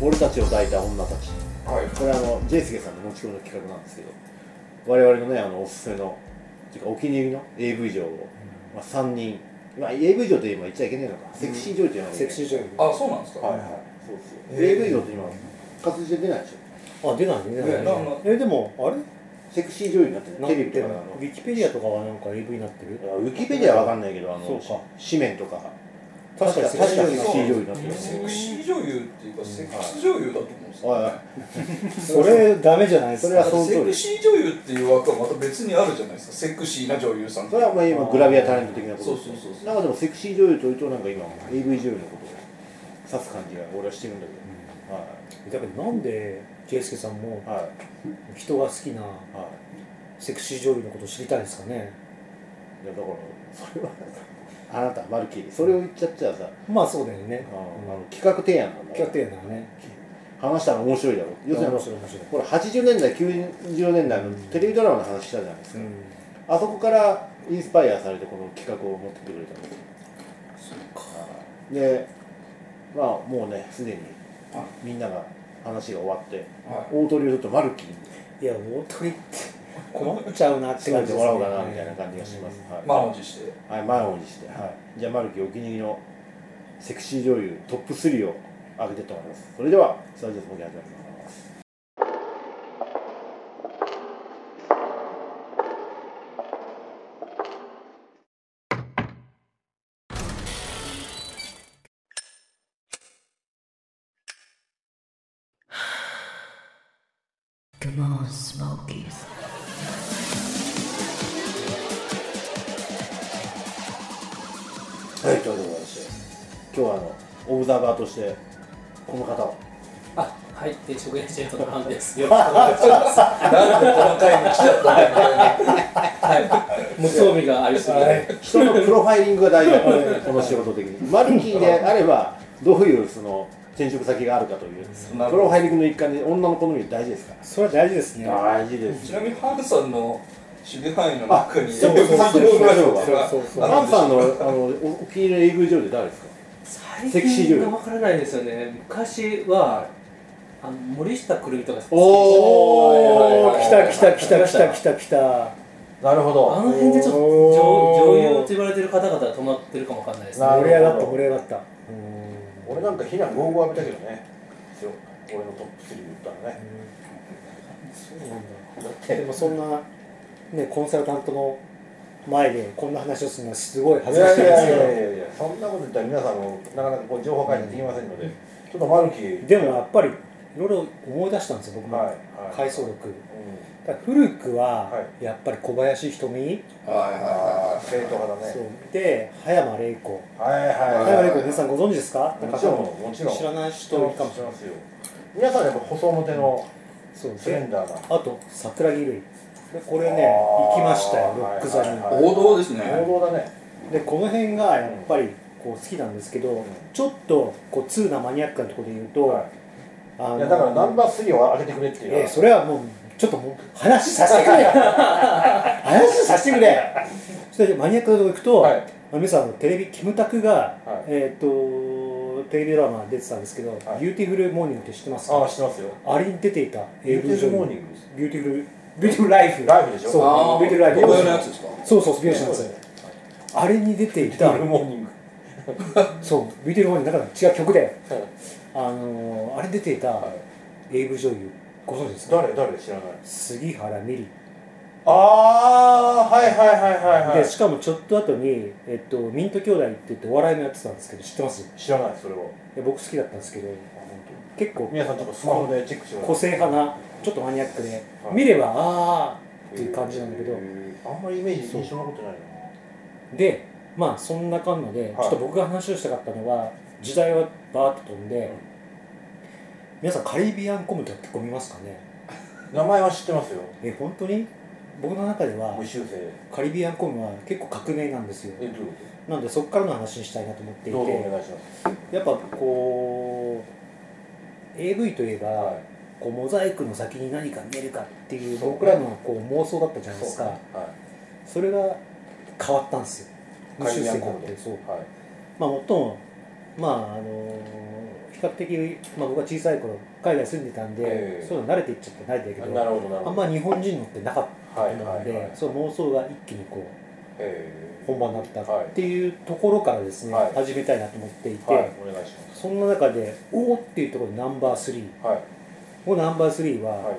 俺たちを抱いた女たちはいこれあのジェイスケさんの持ち込みの企画なんですけど我々のねあのおすすめのていうかお気に入りの AV 女を、まあ、3人、まあ、AV 女と今言っちゃいけないのかセクシー女優と言わないセクシー女女優あそうなんですかはいはいそうですよ、えー AV 女って今活字で出ないでしょあ出ないね出ないねなねえでもあれセクシー女優になってるなテレビとかであなのウィキペディアとかはなんか AV になってるウィキペディアはわかんないけどあのそうか紙面とか確かに確かセクシー女優確になかにってるセクシー女優っていうかセクシー女優だと思うんですよ、おいおいねそれダメじゃないですそれかはそうセクシー女優っていう枠はまた別にあるじゃないですかセクシーな女優さんってそれはまあ今グラビアタレント的なことそうですそうそうそうなんかでもセクシー女優というとなんか今 AV 女優のことを指す感じが俺はしてるんだけど、だけどなんでジェイスケさんもはいはい人が好きなはいセクシー女優のことを知りたいですかねいやだからそれはあなたマルキーそれを言っちゃっちゃさ、まあそうだよねあの企画提案なんだキャプテンだね話したら面白いだろう要するにあ面の白い面白いこれ80年代90年代のテレビドラマの話したじゃないですうか、んあそこからインスパイアされてこの企画を持ってきてくれたんですよでまあもうねすでにはいみんなが話が終わってはい大鳥をちょっとマルキーにいや大鳥って困っちゃうなって詰感めじてですねもらおうかなみたいな感じがします、はい満を持してはい、前をにして、はい、じゃあマルキーお気に入りのセクシー女優トップ3を上げてってもらいますそれではスタジオスモーキー始まりますはいということでございまして今日はあのオブザーバーとしてこの方をあ、はい、定食屋ジェットのハンです。なんでこの回に来ちゃったんだよもう興味がありすぎて。人のプロファイリングが大事だ からねこの仕事的にマルキーであればどういうその転職先があるかというプなるほどロファイリングの一環で女の好み大事ですからそれは大事ですね大事でちなみにハンさんの守備範囲の中にあそうそうセクシー女優そうそうそうがアンさんのああるでしのょおお気に入りの AV 女優って誰ですか最セクシー女優近がわからないですよね。昔は、あの森下くるみとか好きでおおー来た来た来た来た来た来たなるほどあの辺でちょっとおー女女優と言われてる方々は止まってるかもわかんないですねな。盛り上がった盛り上がった俺なんか非難合合浴びたけどねですよ俺のトップ3言ったのねそうなんだだってでもそんな、ね、コンサルタントの前でこんな話をするのはすごい恥ずかしいんですけどいやいやそんなこと言ったら皆さんもなかなかこう情報開示できませんので、ちょっとマルキーでもやっぱりいろいろ思い出したんですよ僕も、はいはい回想録うんだから古くははやっぱり小林瞳、はいはいああ正統派だそうねで葉山玲子はい葉はい山は玲い子皆さんご存知ですかもちろんもちろん知らない人知いっるかもしてれないますよ皆さんやっぱ細表のそうスレンでダーなあと桜木類でこれねあー行きましたよロック座はいに、はいはい王道ですね王道だねでこの辺がやっぱりこう好きなんですけど、んちょっとこう通なマニアックなところで言うと、はいあのいやだからナンバー3を上げてくれっていうええそれはもうちょっともう話させてく れ話させてくれそれでマニアックなとこ行くと、はいあの皆さんあのテレビキムタクが、はいえっ、とテレビドラマ出てたんですけどい「ビューティフルモーニング」って知ってますああか知ってますよあれに出ていたビューティフルモーグニングですビューティフルビューティフルライフライフでしょそうあビューティフルライフー王道のやつですかそうそう美容師なんですよあれに出ていたビューティフルモーニングそうビューティフルモーニングだから違う曲で、はいあのーあれに出ていた、AV 女優ご存知ですか誰誰知らない杉原美里ああはいはいはいはいはでいしかもちょっと後に、えっと、ミント兄弟って言ってお笑いのやってたんですけど知ってます知らないそれはで僕好きだったんですけど結構皆さんちょっとスマホでチェックしてください個性派なちょっとマニアックで、はい見ればあーっていう感じなんだけど、えーあんまりイメージ印象残ってないなでまあそんなかんので、はいちょっと僕が話をしたかったのは時代はバーッと飛んで、皆さんカリビアンコムとか結構見ますかね名前は知ってますよえ本当に僕の中では無修正カリビアンコムは結構革命なんですよえどういうこなんでそこからの話にしたいなと思ってといどうぞてお願いしますやっぱこう AV といえば、こうモザイクの先に何か見えるかっていうそう僕らのこう妄想だったじゃないですそかうそ,、はれが変わったんですよいカリビアン無コード修正になってそうはいまあもっともまああのー比較的、まあ、僕は小さい頃海外住んでたんで、ええそういうの慣れていっちゃってないんだけどなるほどなるあほんどま日本人のってなかったもので、はいはいはいその妄想が一気にこうえ本場になったはいっていうところからですね、はい始めたいなと思っていて、はいお願いしまそんな中で「おお」っていうところでナンバー3すはいこのナンバー3は、はい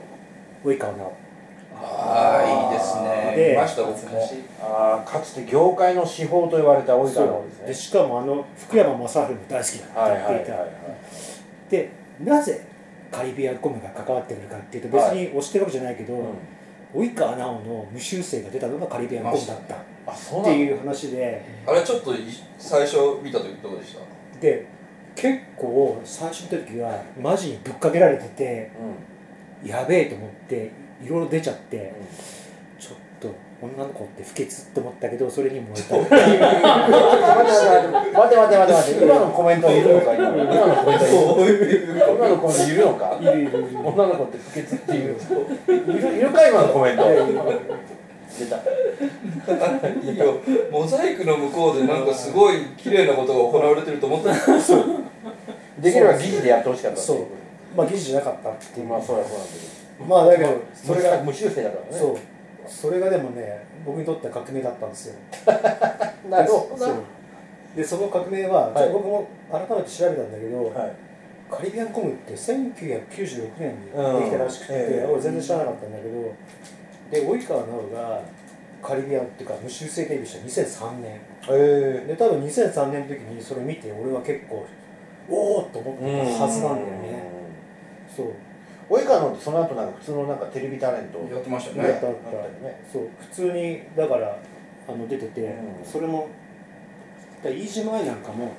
及川直ああいいですねで見ました僕もああかつて業界の司法と言われた及川直ですでねしかもあの福山雅治も大好きだってはい言はいはいっていた、はいでなぜカリビアンコムが関わってくるかっていうと別に推してるわけじゃないけど、うん及川直の無修正が出たのがカリビアンコムだったっあそうなてんいう話であれちょっとい最初見た時どうでしたで結構最初の時はマジにぶっかけられててうんやべえと思っていろいろ出ちゃってちょっと女の子って不潔って思ったけどそれに燃えたっていう待って待って待って待って待って待って待って今のコメントいるのか今の今のコメントいる今のコメントいるのかいるいるいる女の子って不潔っていういるいるか今のコメント出たいいよモザイクの向こうでなんかすごい綺麗なことが行われてると思ったらできれば疑似でやってほしかったっていそう まあ技術じゃなかったっていうまあそうやそうなんだけまあだけどどそそれれがが無修正だからねそうそれがでもね僕にとっては革命だったんですようなるほどなそうでその革命は、はい僕も改めて調べたんだけど、はいカリビアンコムって1996年うんにできたらしくて、ええ俺全然知らなかったんだけど、で及川直がカリビアンっていうか無修正デビューした2003年えで多分2003年の時にそれ見て俺は結構おおっと思ってたはずなんだよねそう及川のってその後なんか普通のなんかテレビタレントやってましたやねったやっあったよたねそう普通にだからあの出てて、うんそれもだからイージーマイなんかも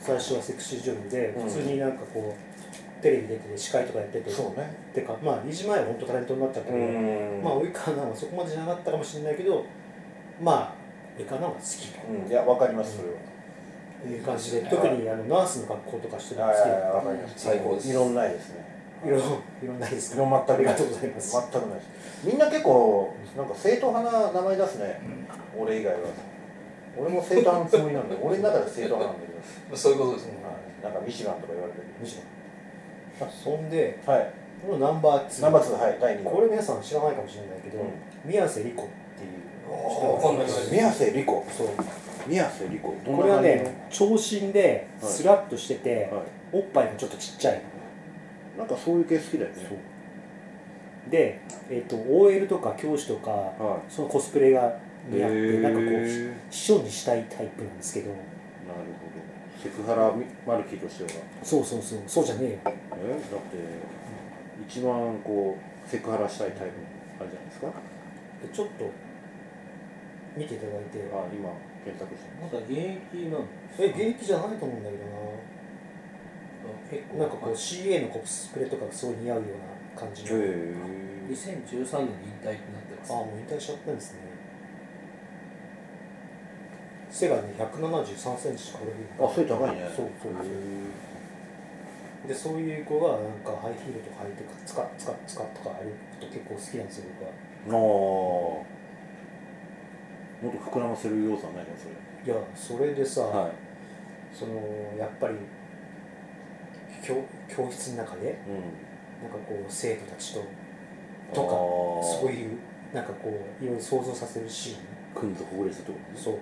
最初はセクシー女優でうん普通になんかこうテレビ出てて司会とかやっててそうねてかまあイージーマイは本当タレントになっちゃったけど、まあ及川奈はそこまでじゃなかったかもしれないけどまあ及川奈は好きとうんいやわかりますそれはいう感じで、うん特にあのナースの格好とかしてるのはがい好きはいわだかります最高ですいろんないですねいろいろいろんないですいかろ全くありがとうございます全くないですみんな結構なんか正統派な名前出すね俺以外は俺も正統派のつもりなんで俺の中で正統派なんだけど、そういうことですねはいなんかミシュランとか言われてるむしろそんでろはいこのナンバー2ナンバー2はい第2これ皆さん知らないかもしれないけど、うん宮瀬莉子っていうわかんないです宮瀬莉子そう宮瀬莉子どんこなれは感じのね長身ではいスラッとしてて、はおっぱいもちょっとちっちゃいいなんかそういう系好きだよねで、えっと OL とか教師とかはそのコスプレがい似合ってなんかこへうー秘書にしたいタイプなんですけどなるほどセクハラマルキーとしてはそうそうそうそうじゃねえよえだって一番こうセクハラしたいタイプのあれじゃないですかあでちょっと見ていただいて今検索してまだ現役なのえ現役じゃないと思うんだけど結構ななんかこう CA のコスプレとかがすごい似合うような感じのへ2013年に引退ってなってますああもう引退しちゃったんですね背がね1 7 3センチしか伸びないあそれ高いねそうそうそうでそういう子がなんかハイヒールとか履いてかつかつかつかとか歩くと結構好きなんですよ僕はああもっと膨らませる要素はないかそれいやそれでさ、はそのやっぱり教教室の中でいうんなんかこう生徒たちととかとそういうなんかこういろいろ想像させるシーンくんとほぐれてたとこねそう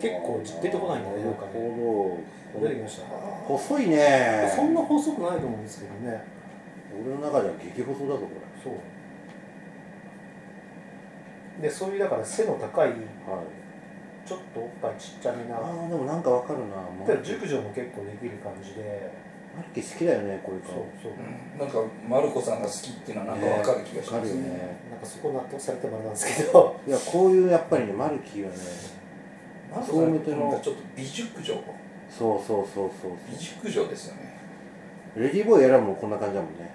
結構出てこないんだねなんかねほ出てどきました細いねそんな細くないと思うんですけどね。俺の中では激細だぞこそう。で、そういうだから背の高い、れはいちょっとおっぱいちっちゃめな。あだーでもなんかわかるなマからルキ熟女も結構できる感じで。ー好きだよねこういうそう顔そう。なんかマルコさんが好きっていうのはなんかわかる気がしわまかるすよねねなんかそこ納得されてもあれなんですけど。 いやこういうやっぱりねマルキーはねマルコさんってなんかちょっと美熟女そうそうそうそう美熟女ですよねそうレディーボーイやらもこんな感じだもんね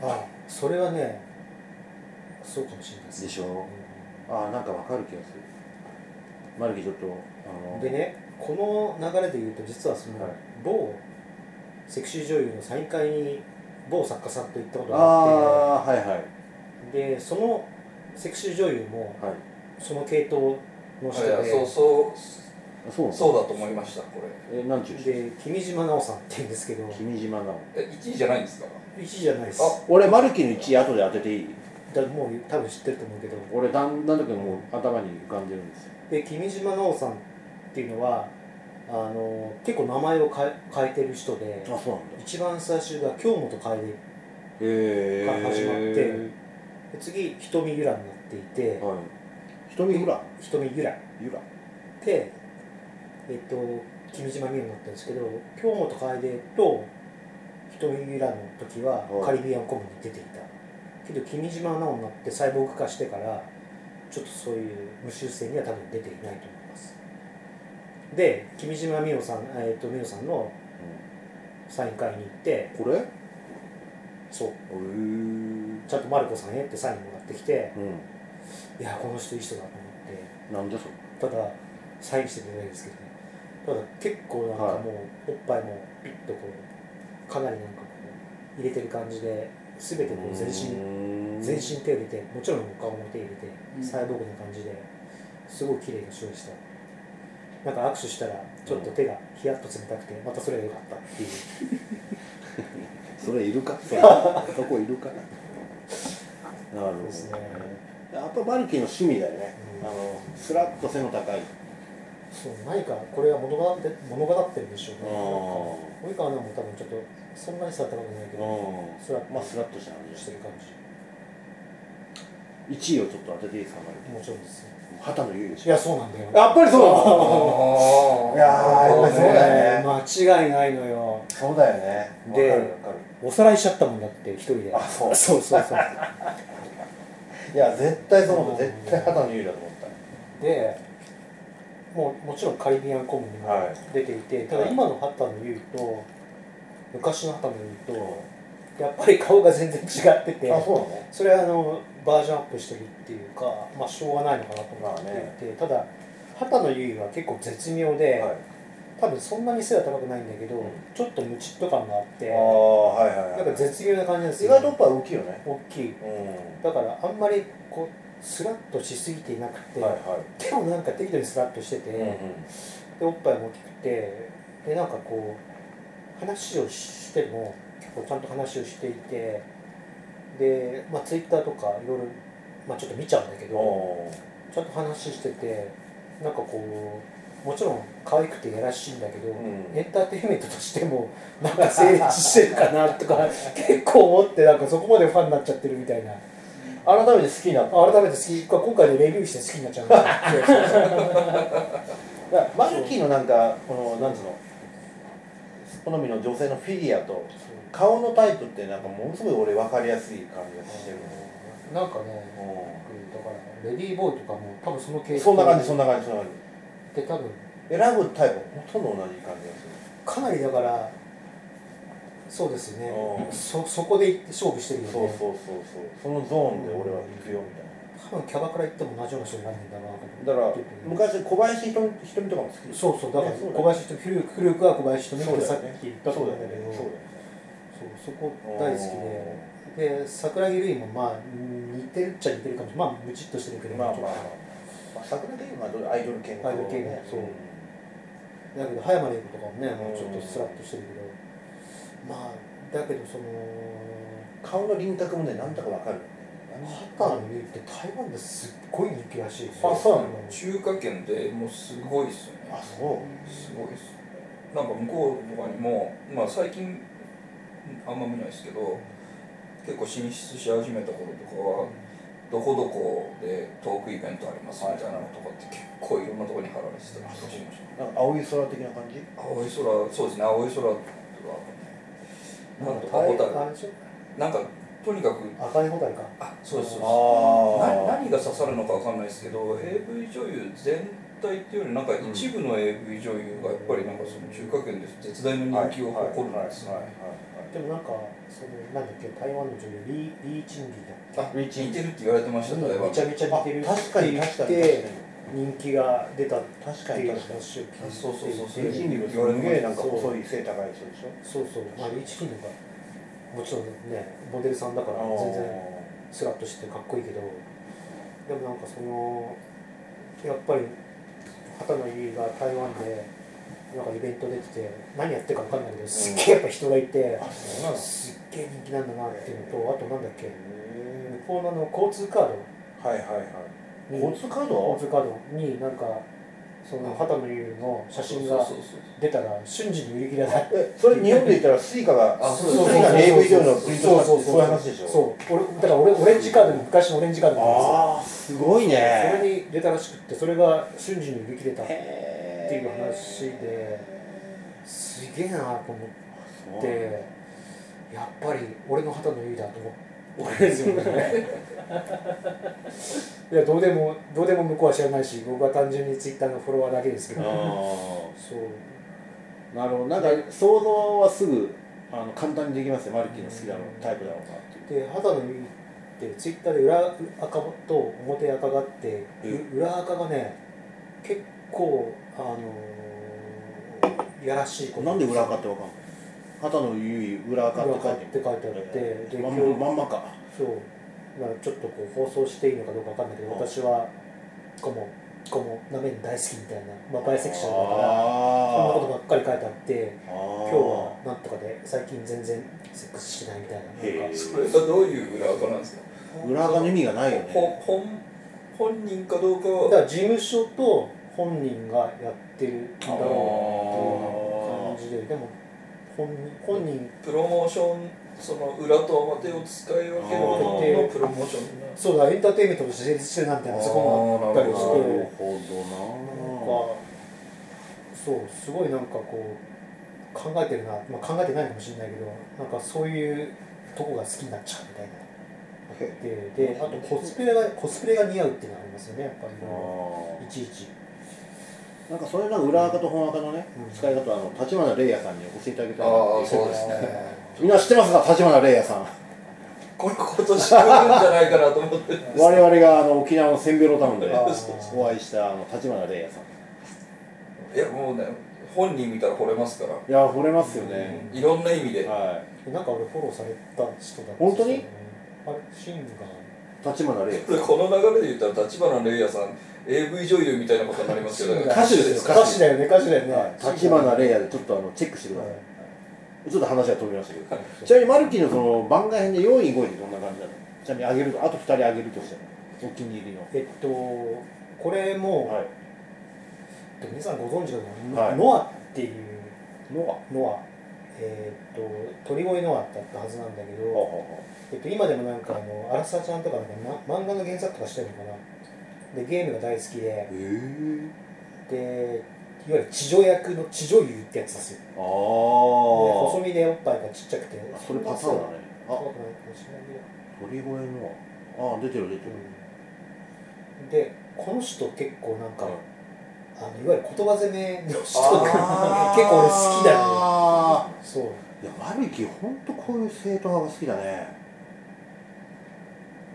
あそれはね、そうかもしれないですでしょうあーなんかわかる気がするマルキーちょっとあんのでね、この流れで言うと、実はその、はい某セクシー女優のサイン会に某作家さんと行ったことがあああーはいはいって、で、そのセクシー女優も、はいその系統の人いで、やそうそうあそうなのそうだと思いましたこれえなんちゅう人で君島奈緒さんって言うんですけど君島なのえ1位じゃないんですか1位じゃないですあ俺マルキの1位後で当てていいだもう多分知ってると思うけど俺だんなんだけどもう頭に浮かんでるんですよで君島奈緒さんっていうのはあの結構名前を変え変えてる人であそうなんだ一番最初が京本楓でへえから始まって次瞳由良になっていてはい瞳ゆら瞳由良ゆらでえっと君島美桜になったんですけど京本楓と瞳由良の時ははいカリビアンコムに出ていたけど君島奈緒になってサイボーグ化してからちょっとそういう無修正には多分出ていないと思いますで君島美桜さん、えっと美桜さんのサイン会に行ってこれへそうえうんちゃんとマルコさんへってサインもらってきていやこの人いい人だと思ってなんだそれただサインしてくれないんですけどねただ結構なんかはいもう、おっぱいもピッとこうかなりなんかこう入れてる感じで全てこう全身身全身手を入れてもちろんお顔も手入れて、うんサイボーグな感じですごい綺麗な人でしたなんか握手したらちょっと手がヒヤッと冷たくてまたそれが良かったっていうそれい るかそれそこいるかなるほどですねやっぱマルキの趣味だよね、うんあのスラッと背の高いそう何かこれは物語って物語ってるんでしょうねあ及川奈緒も多分ちょっとそんなに差は高くないけどうスラッんまあとスラッとした感じしてる感じ1位をちょっと当てていいですかマルキもちろんですよ畑野優でしいや、そうなんだよ。ょやっぱりそうあーいやーやっぱりそうだよね間違いないのよ。そうだよねでわかるわかるおさらいしちゃったもんだって、一人で。あそうそうそう そう。いや絶対そう思った絶対肌の優位だと思っで、もうもちろんカリビアンコムにたも出ていて、ただはい今の畑野優と、昔の畑野優と、やっぱり顔が全然違ってて、あそうなのそれはあのバージョンアップしてるっていうか、まあ、しょうがないのかなと思っていて、まあねただ、畑野優は結構絶妙で、はい多分そんなに背は高くないんだけど、ちょっとムチっと感があって、ああはいはいなんはかい絶妙な感じなんです意よ、外とおっぱい大きいよね大きういんだからあんまりこうスラッとしすぎていなくて、はいはでもなんか適度にスラッとしてて、いうんうんでおっぱいも大きくてでなんかこう話をしても結構ちゃんと話をしていてで、まあ、ツイッターとかいろいろ、まあ、ちょっと見ちゃうんだけどおーちゃんと話しててなんかこうもちろん可愛くてやらしいんだけど、んエンターテインメントとしてもなんか成立してるかなとか 結構思ってなんかそこまでファンになっちゃってるみたいな改めて好きになった改めて好きか今回でレビューして好きになっちゃうんだだからマルキーのなんかこのなんつうの好みの女性のフィギュアと顔のタイプってなんかものすごい俺分かりやすい感じがしてるなんかねだからレディーボーイとかも多分その系うん統そんな感じそんな感じそんな感で多分じ選ぶタイプほとんど同じ感じがすかなりだからそうでする、ねうんそそこで勝負してるよねそうそうそうそうそのゾーンで俺は行くよみたいな多分キャバから行っても同じような人選んでんだなだから昔小林ひとみひとみとかも好きでしょそうそうだからねそうだよ小林と古く古くは小林とねってさっき言ったとそうだ思うよんだけどねそうだよねそうそこ大好きでで桜木瑠衣もまあ似てるっちゃ似てるかもしれないまあムチっとしてるけどまあまあまあまちょっあ桜で今アイドル系のアイドル系のそうんとだけど葉山玲子とかもねもうちょっうんとスラッとしてるけどまあだけどその顔の輪郭もねなんとか分かる畑野優って台湾ですっごい人気らしいですあそうなの中華圏でもうすごいっすよねあそうすごいっすなんか向こうとかにもまあ最近あんま見ないですけど結構進出し始めた頃とかはどこどこでトークイベントありますみたいなのとかって結構いろんなところに貼られてたりとかしましたなんか青い空的な感じ青い空そうですね青い空とかなんとかあホれあタれでしょルなんかとにかく赤いホタルかあそうですそうですなああ何が刺さるのかわかんないですけど AV 女優全体っていうよりなんか一部の AV 女優がやっぱりなんかその中華圏で絶大な人気を誇るんですよねでもなんかそのなんだっけ台湾の女優リーリー・チンリーだっけあ似てるって言われてました台湾めちゃめちゃ似てるあ確かにって確か言っにて人気が出たって確かに確かに確かにいう確かに話をあそうそ聞いてうそうそうレジンリブすんげえなんか細い背高い人でしょそうそう、まあ、リーチキンとか、もちろんね、モデルさんだから、全然スラッとしてかっこいいけど、でもなんかその、やっぱり、畑野由衣が台湾でなんかイベント出てて何やってるか分かんないけどすっげえやっぱ人がいてそうなんですすっげえ人気なんだなっていうのとあとなんだっけ向こうのあの交通カードはいはいはいに交通カード交通カードになんかその畑野由衣の写真がそうそうそうそう出たら瞬時に売り切れだえそれ日本で言ったらスイカがあそうスイカの AV 上のプリントそうそうそうそういう話でしょそう俺だから俺オレンジカードに昔のオレンジカードがあああすごいるんですよそねれに出たらしくってそれが瞬時に売り切れたってへいう話ですげえなと思っでてやっぱり俺の旗の優位だと思って。俺ですよね。いやどうでもどうでも向こうは知らないし僕は単純にツイッターのフォロワーだけですけあどーそうなるほどなんか想像はすぐあの簡単にできますねマルキーの好きだろうタイプだろうなっていうで肌の湯ってツイッターで裏赤と表赤があってう裏赤がね結構あのーやらしいことなんで裏垢ってわかんない畑野由衣裏垢って裏書赤いってて書いてあってでま今ん日ままんまかそうだからちょっとこう放送していいのかどうかわかんないけど私はこのこのなめに大好きみたいな、まあ、バイセクションだからそんなことばっかり書いてあってあー今日はなんとかで最近全然セックスしてないみたいななへんかそれがどういう裏垢なんですか裏垢の意味がないよほね本本人かどうかだはから事務所と本人がやってるんだろうなっていう感じででも本人本人プロモーションその裏と表を使い分けることのプロモーションなんですそうだエンターテインメントとして成立してるなみたいなそこもあったりあしーてなななんるかほどそうすごいなんかこう考えてるな、まあ、考えてないかもしれないけどなんかそういうとこが好きになっちゃうみたいなでであとコスプレがコスプレが似合うっていうのがありますよねやっぱりないろあいろいちいちーなんかそれなんか裏垢と本垢のね、うん使い方はあの立花玲也さんに教えてあげたいなああっていそううですねみんな知ってますか立花玲也さんこれ今年来るんじゃないかなと思って我々があの沖縄の千尋タウンであーお会いしたあの立花玲也さんいやもうね本人見たら惚れますからいや惚れますよね、いろんな意味ではなんか俺フォローされた人だった本当にあれシンガーい立花玲也これこの流れで言ったら立花玲也さん AV 女優みたいなことになりますよね歌手ですよ歌手だよね歌手だよね、立花レ玲也でちょっとあのチェックしてください、はいちょっと話は飛びましたけど、ちなみにマルキーのその番外編で4位5位ってどんな感じなのちなみにあげるとあと2人あげるとしたらお気に入りのえっとこれも、はいえっと皆さんご存知かな、はいノアっていうノノアえーっと鳥越ノアだったはずなんだけアど、えっと、今でもなんかあのアラサちゃんとかなんかま漫画の原作とかしてるのかなでゲームが大好きでへえでいわゆる地上役の地上優ってやつですよでああ細そ身でおっぱいがちっちゃくてれパターンだねあ怖くないかもしれないけど鳥越ノアあ出てる出てるでこの人結構なんか、はいあのいわゆる言葉攻めの人あーが 結構俺好きだよねあそうーいやマルキーほんとこういう正統派が好きだね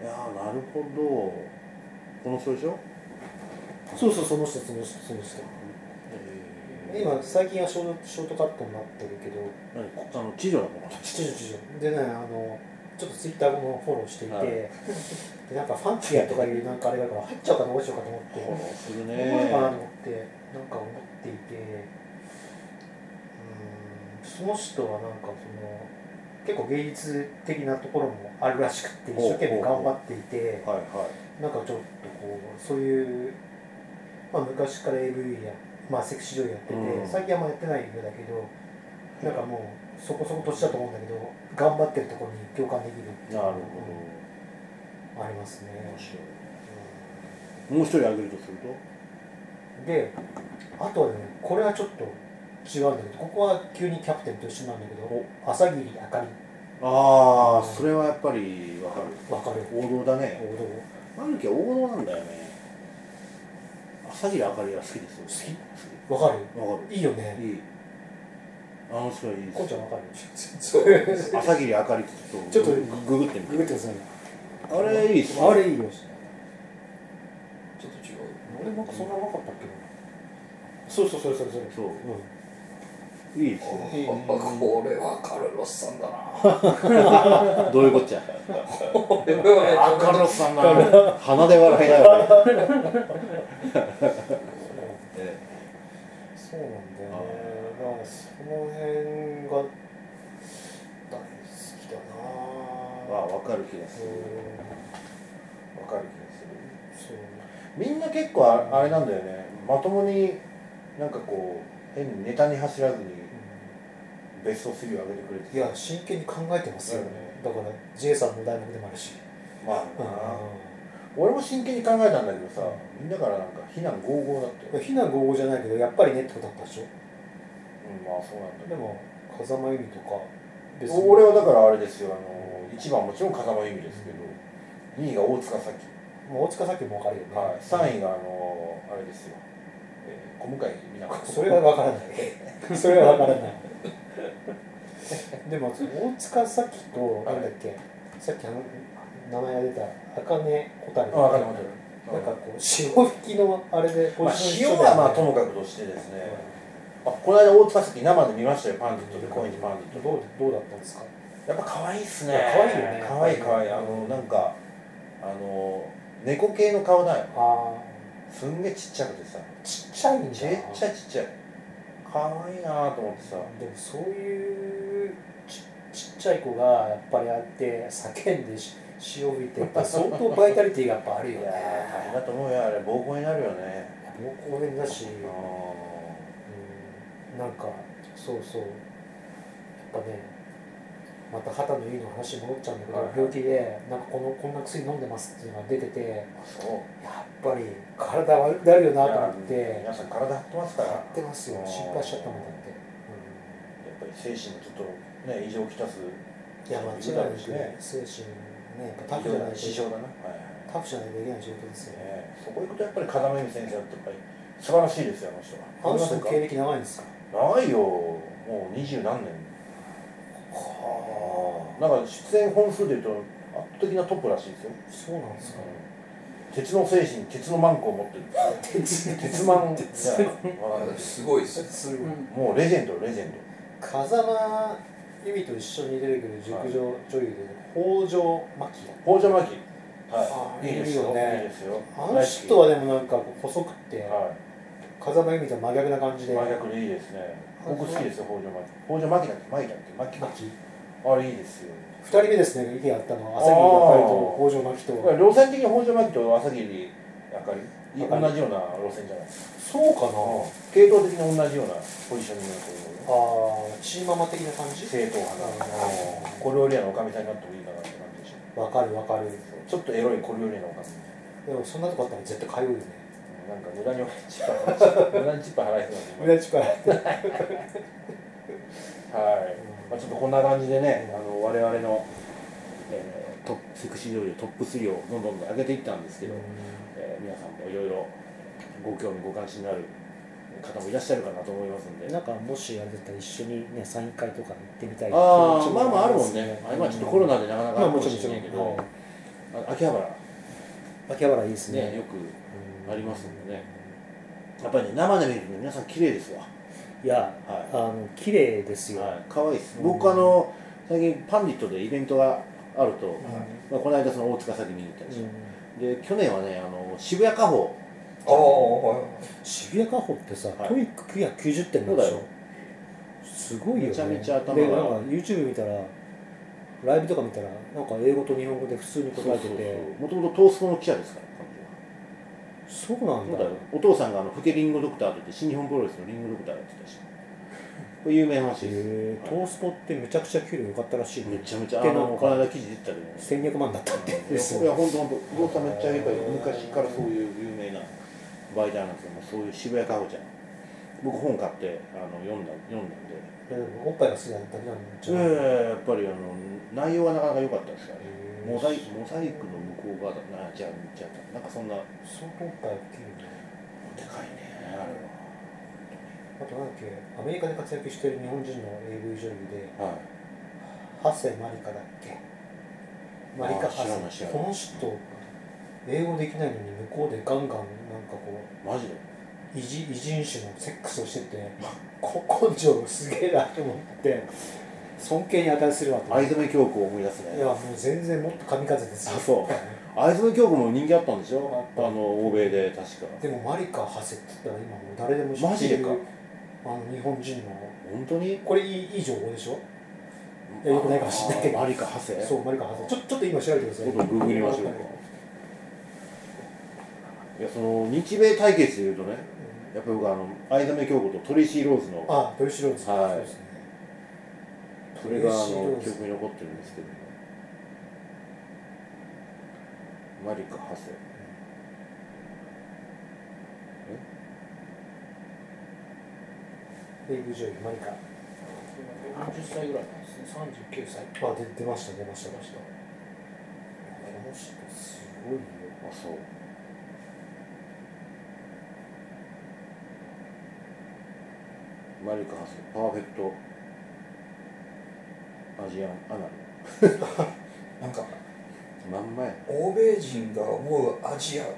いやーなるほどこの人でしょそうそうその人その人その人今最近はショートショートカットになってるけど何こあの知女なのかなちょちょちょちょでねあのちょっとツイッターもフォローしていて、はいでなんかファンティアとかいうなんかあれがあるから入っちゃおうかな落ちようかと思って、するどうなのかなとね思ってなんか思っていてうーんその人はなんかその結構芸術的なところもあるらしくって一生懸命頑張っていてはいはいなんかちょっとこうそういう、まあ、昔から AV や、まあ、セクシー女優やってて、うん最近はあんまやってないんだけどなんかもうそこそこ年だと思うんだけど頑張ってるところに共感できるっていうなるのほがありますね。ど。面白い。もう一人挙げるとすると、であとはねこれはちょっと違うんだけどここは急にキャプテンと一緒なんだけど朝霧あかりああ、それはやっぱりわかる。わかる王道だね。王道マルキは王道なんだよね。朝霧あかりは好きですよ。わか好き。わかるいいよる。ねいい。あの人はいいこうで。ちゃんわかるそうです朝霧あかりってちょっとググってみグて。グってくださいあれいいっすね。あれいいちよょっと違う俺なんかそんななかったっけなそうそうそれそれそれそうういいっすね。いいねこれはカルロスさんだな。どういうこ っちゃ。これはカ ロスさんが鼻で笑いながら。ええそうなんだよねだからその辺が大好きだなまあ分かる気がすうるんわかる気がするそうみんな結構ああれなんだよねまともになんかこう変にネタに走らずにうベスト3を上げてくれてんいや真剣に考えてますよねだから J さんの題目でもあるしまあうんな俺も真剣に考えたんだけどさみんなからなんか非難合々だったよ、非難合合じゃないけどやっぱりねってことだったでしょうん、まあそうなんだけでども風間由美とか別にお俺はだからあれですよあの1番もちろん風間由美ですけど2位が大塚咲希、もう大塚さっきも分かるよね、はい、3位があのあれですよ、えー小向井美奈子それは分から ないそれは分からないでも大塚さっきとなんだっけ、さっきあの名前が出た茜小樽あわかるわかるなんかこう潮引きのあれでまあ、の塩人だよはねまあともかくとしてですね、あこの間大塚咲希生で見ましたよパンディットで高円寺パンディットでどうどうだったんですかやっぱ可愛いっすねいや可愛いよね可愛い可愛いあのなんかあの猫系の顔だよあすんげえちっちゃくてさあちっちゃいんちじゃんっちゃいちっちゃい可愛いなと思ってさでもそういうちちっちゃい子がやっぱりあって叫んでし潮吹いてやっぱり相当バイタリティがやっぱあるいよやねー大変だと思うよあれ暴行になるよねもう公園だし、あーうん、なんかそうそうやっぱねまた肌のいいの話に戻っちゃうんだけど、はいはい病気でなんかこのこんな薬飲んでますっていうのが出ててやあそうっぱり体悪くなるよなと思っいやて皆さん体張ってますからややってますよ心配しちゃったもんだって、っぱり精神もちょっとね異常をきたすうん、いや間違いなくね精神ねやっぱタフじゃないと支障だな、はいはいタフじゃないといけない状況ですよねねそこ行くとやっぱり風間由美先生はやっぱり素晴らしいですよあの人あはの人の経歴長いんですかないよもう二十何年はなんか出演本数でいうと圧倒的なトップらしいですよ、あそうなんですか鉄の精神鉄のマンコを持ってるんですよ鉄マンじゃないわかんないすごいっすよすごいもうレジェンドレジェンド風間由美と一緒に出てくる熟女女優で北条真紀北条巻あはいいいでーすいいよよねいいですよあの人はねでもなんか細くっては風間由美と真逆な感じいで真逆でいいですね僕好きですよ北条巻北条巻だっけ巻だっけ巻真紀あれいいですよ2人目ですね意見あったのは朝霧あかりと北条真紀だからと路線的に北条巻と朝霧あかりあかり同じような路線じゃないですかそうかな系統的に同じようなポジショニングだと思うよああチーママ的な感じ正統派なコレオリアのおかみさんになってもいいかなって感じでしょわかるわかるちょっとエロいコレオリアのおかみでもそんなとこあったら絶対通うよねなんか無駄にチップ払い無駄にチップ払いそうなんで裏力はい、まあ、ちょっとこんな感じでねあの我々の、えートップセクシー女優トップ3をどんどんどん上げていったんですけど、えー皆さんもいろいろご興味ご関心のある方もいらっしゃるかなと思いますんでなんかもしあれだったら一緒にねサイン会とか行ってみたいあ気あ持ちまあまああるもんね、あ今ちょっとコロナでなかなかまああるかももちろんしもちろれなんいけど、あ秋葉原秋葉原いいですねねよくうんありますんでねやっぱりね生で見ると皆さん綺麗ですわいやはあの綺麗ですい、よ、はい、可愛いです、僕あの最近パンディットでイベントがあると、まあ、この間その大塚先見に行ったりしうんて、で去年はねあの渋谷花宝ああはいはい渋谷家宝ってさ、はいトイック990点なんでしそうょすごいよねめちゃめちゃ頭がでなんか YouTube 見たらライブとか見たらなんか英語と日本語で普通に答えててもともとトースポの記者ですから彼女はそうそうなんだだよお父さんがあの「ふけリンゴドクター」と言って新日本プロレスのリンゴドクターやってたしこれ有名な話ですへえトースポってめちゃくちゃ給料良かったらしいめねちゃめちゃあでなんのかこの間記事出てたけどね1200万だったっていやこれは本当本当動作めっちゃやっぱり昔からそういう有名な媒体なんですけどもそういう渋谷かほちゃん僕本買ってあの読んだ読んだんでおっぱいが好きなだけなんじゃないええやっぱりあの内容はなかなか良かったですよねへえモザイクモザイクの向こう側だなじゃあじゃあなんかそんなで相当おっぱい大きいよねかいねああとなんだっけアメリカで活躍してる日本人の AV 女優でれははいハセマリカだっけマリカあ知らなハい知セらないこの人英語できないのに向こうでガンガンなんかこマジでう異人異人種のセックスをしててこ根性すげえなと思って尊敬に値するわと思っ藍染京子を思い出すてねいやもう全然もっと神風ですあよそう藍染京子も人気あったんでしょあっあたの欧米で確かでもマリカハセって言ったら今もう誰でも知ってるマジでかあの日本人の本当にこれいいいい情報でしょいやよくないかもしれないけどマリカ・ハセそうマリカ博士ちょちょっと今調べてください僕ググりましょうかいやその日米対決でいうとねやっぱり僕あの藍染京子とトリシー・ローズのあトリシローズはいそうですねそれがあトリシーロのーズ記憶に残ってるんですけど、ね、マリカ・ハセ、デイブ・ジョイマリカ40歳ぐらいなんですね39歳あ出出ました出ました出ましたこの人すごいよあそうマリカ・ハセパーフェクトアジアンアナルなんかまんまや欧米人が思うアジアの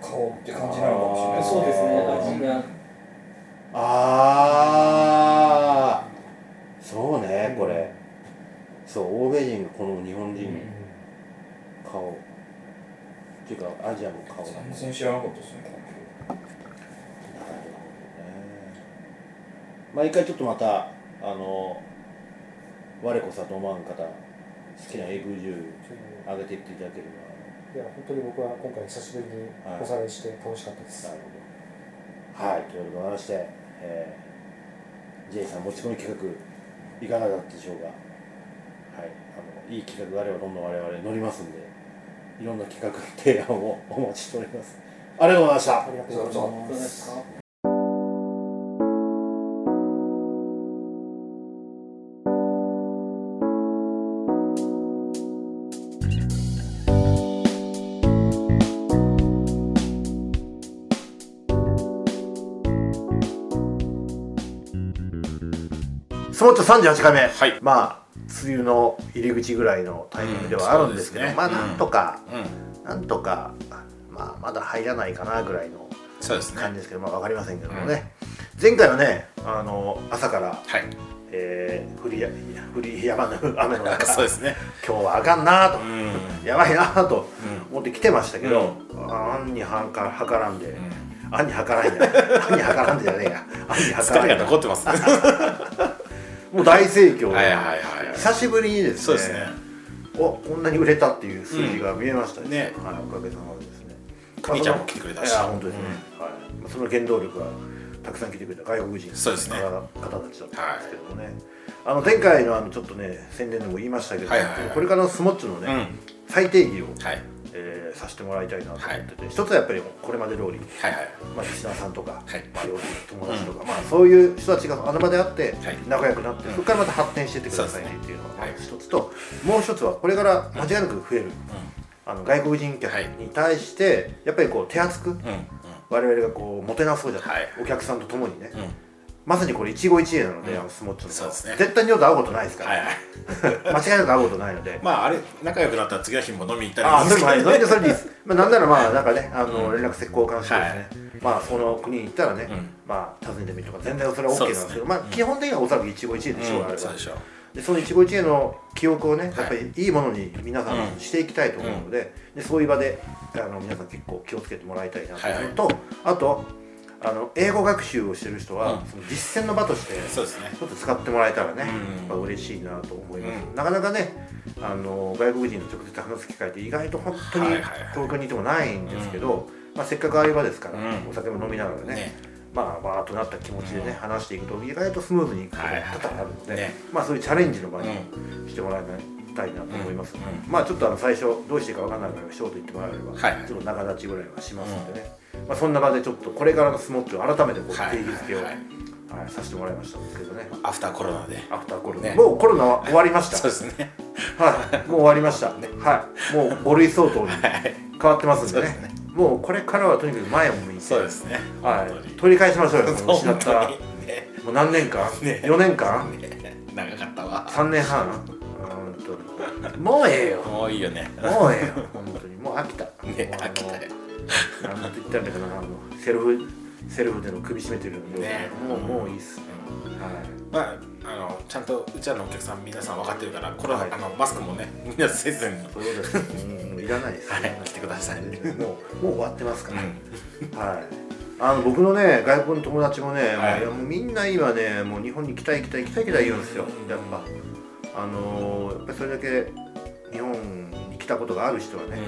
顔って感じなのかもしれないあーそうですねあー味がああそうねこれそう欧米人がこの日本人の顔、っていうかアジアの顔なん全だ然知らなかったですねなるほどねまあ一回ちょっとまたあの我こそはと思わん方好きな AV10 上げていっていただけれいや本当に僕は今回久しぶりにおさらいして楽しかったでばす、なるほどはいということでございまして、えー、J さん持ち込み企画いかがだったでしょうかはいあのいい企画があればどんどん我々乗りますんでいろんな企画提案をお待ちしておりますありがとうございましたありがとうございどうまですすかスポット38回目、はいまあ梅雨の入り口ぐらいのタイミングではあるんですけど、うんまあそうですねなんとか、うんなんとか、まあ、まだ入らないかなぐらいのそうですね感じですけど、まあ、分かりませんけどもね、前回はねあの朝から、はいえー降りや降りやまぬ雨の中 そうですね今日はあかんなとう、んやばいなとうん思って来てましたけど、あんにはんか計らんで、あんに計らんやあんに計らんでじゃねえやあんに計疲らんれやが残ってますねもう大盛況で、はいはいはいはい久しぶりにですねそうですねおこんなに売れたっていう数字が見えましたうんねはい、おかげさまでですね久美ちゃんも来てくれたしいや本当ですね、はい、その原動力はたくさん来てくれた外国人そうですねの方たちだったんですけどもね、あの前回のあのちょっとね宣伝でも言いましたけど、はいはいはいこれからのスモッチュのうね、んはい最低義を、はいえーさせてもらいたいなと思ってて、一つはやっぱりこれまで通り、はいまあ、岸田さんとか、はいまあ、両親友達とか、まあ、そういう人たちがあの場で会ってはい仲良くなって、うんそこからまた発展していってくださいねそうですねっていうのがはい一つと、もう一つはこれから間違いなく増える、あの外国人客に対して、やっぱりこう手厚く、うんうん我々がこうもてなそうじゃない、はいお客さんと共にね、うんまさにこれ一期一会なので、うんあのスモッチョのそうですね絶対に二度と会うことないですから、はいは い間違いなく会うことないのでまああれ仲良くなったら次の日も飲みに行ったりああ、もそれでしてそれでそれでいいです。まあ、なんならまあ、なんかね、あの、うん連絡先交換してですね、まあ、その国に行ったらね、うんまあ、訪ねてみるとか、全然それは OK なんですそうけど、ですねまあ、基本的にはおそらく一期一会でしょう、あうれんそうはで。しょで、その一期一会の記憶をね、いやっぱりいいものに皆さうんんしていきたいと思うので、で、そういう場で、あの、皆さん結構気をつけてもらいたいなというのと、あと、あの、英語学習をしてる人はうん、その実践の場として、そうですねちょっと使ってもらえたらね、うんやっぱ嬉しいなと思います、うなかなかねあの外国人の直接話す機会って意外と本当にはいはいはい東京にいてもないんですけど、まあ、せっかくああいう場ですから、うんお酒も飲みながらねねまあバーっとなった気持ちでね、うん話していくと意外とスムーズにいくことがはいはい多々あるので、ねまあ、そういうチャレンジの場にうしてもらいたいなと思います、うんまあちょっとあの最初どうしていいかわからないからショート言ってもらえれば、はいちょっと仲立ちぐらいはしますんでね、まあ、そんな場でちょっとこれからのスモッチを改めてこう定義づけを、ははいいはいさせてもらいましたんですけどねアフターコロナでアフターコロナ、ねもうコロナは終わりましたそうですねはいもう終わりました、はいもう5類相 当に変わってますんでね,、そうですねもうこれからはとにかく前を向いてそうですね本は当い、に取り返しましょうよもう失本った当もにねう何年間、ね4年間、長かったわ3年半うんともうええよもういいよねもうええ よ、本当に、もう飽きた。ねもうあの飽きたよなんて言ったんだかな、あの、セルフ、セルフでの首絞めてるような状態ねもう、もういいっす。うんまああのちゃんとうちらのお客さん皆さん分かってるからコロナ、はいあのマスクもねみんなせずにそういうことです。うん、もういらないです。はい来てくださいもう、もう終わってますから。はい。あの僕のね外国の友達もね、はいいやもうみんな今ねもう日本に行きたい行きたい行きたい行きたい言うんですよやっぱあのーやっぱりそれだけ日本に来たことがある人はね、うんや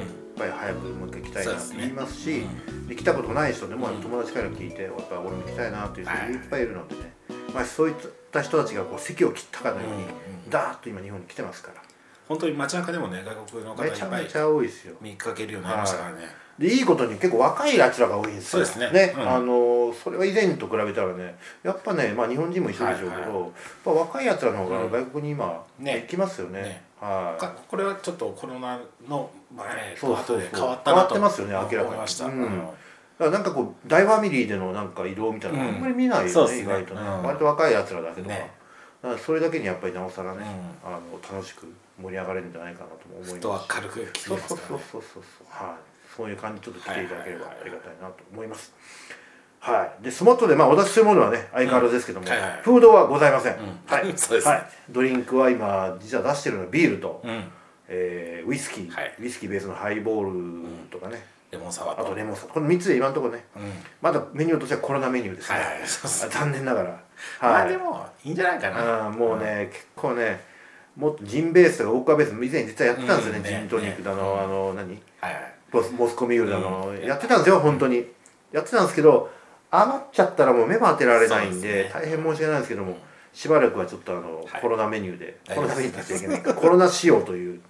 っぱり早くもう一回行きたいそうなでっすてね言いますしで来たことない人でもうん友達から聞いて、やっぱ俺も行きたいなっていう人はいいっぱいいるのでね、まあ、そういった人たちがこう席を切ったかのように、うんダーッと今日本に来てますから本当に街中でもね外国の方いめっちゃぱめいちゃ多いですよ見かけるようになりましたからね、でいいことに結構若いあちらが多いんですよそうですねうんあのーそれは以前と比べたらねやっぱね、まあ、日本人も一緒でしょうけど、はいはいやっぱ若いやつらの方うがん外国に今、ね行きますよねねはいかこれはちょっとコロナの、まあね、そうそうそう後で変わった変なとわってますよね明らかに思いました、うんあのだからなんかこう大ファミリーでのなんか移動みたいなのうんあんまり見ないよね,、そうですね意外とね、うん割と若いやつらだけど、ねだからそれだけにやっぱりなおさらね、うあの楽しく盛り上がれるんじゃないかなとも思いますふとは軽く切そりうまそすうそからうねそうそうはいそういう感じでちょっと来ていただければはいあはいはいりがたいなと思いますはいでスモットでまあお出しするものはね相変わらずですけども、うんはいはいフードはございません、うんはい そうですねはい、ドリンクは今実は出してるのはビールと、うんえーウイスキー、はいウイスキーベースのハイボールとかね、レモンサワあーととレモンサワーこの3つで今のところねうんはいまだメニューとしてはコロナメニューですね、はいそうですあ残念ながらはい、まあでもいいんじゃないかなあーもうね、結構ねもっとジンベースとかオーカーベースも以前実はやってたんですよね,、うんねジントニックだの、ねあの何はいはいボスモスコミュールだの、うんやってたんですよ本当にやってたんですけど余っちゃったらもう目も当てられないんそうでですね大変申し訳ないんですけどもしばらくはちょっとあの、はいコロナメニューで大コ丈ロナ夫メニューでって言っちゃいけない コロナ仕様という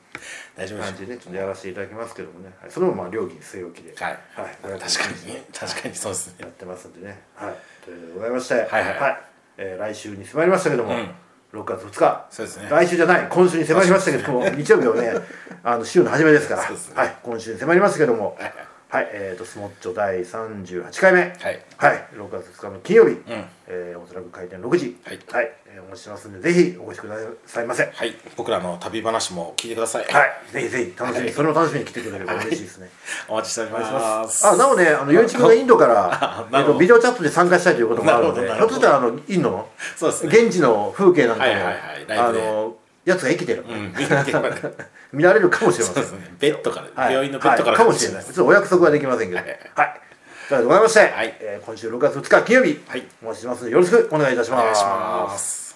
大丈夫感でじすでねちょっとやらせていただきますけどもね、はい、それもまあ料金据え置きではいはい確かに確かにそうですやねってますんでねはいということでございましてはいはいはいえー来週に迫りましたけども、うん6月2日そうですね来週じゃない今週に迫りましたけども日曜日のね あの週の初めですからそうですねはい、今週に迫りましたけどもはいはいえー、とスモッチョ第38回目はい、はい6月2日の金曜日、うんえーおそらく開店6時はいえーお待ちしてますんでぜひお越しくださいませははい僕らの旅話も聞いてくださいいぜひぜひ楽しみに、はいそれも楽しみに来てくれれば嬉しいですね、お待ちしておりお願いしまますすあなおねあの YouTube がインドから なえっるほどとビデオチャットで参加したいということもあるのでひなょるほどなるほっとどしたらあのインドのそうですね現地の風景なんかも、はいはいはいラあイブでのやつが生きてる、うん見てもらって 見られるかもしれまそうせんですねベッドからはい病院のベッドからはい、かもしれないちょっとお約束はできませんけどははいいということでございまして、はいえー今週6月2日金曜日、はいお待ちしてますのでよろしくお願いいたしお願いします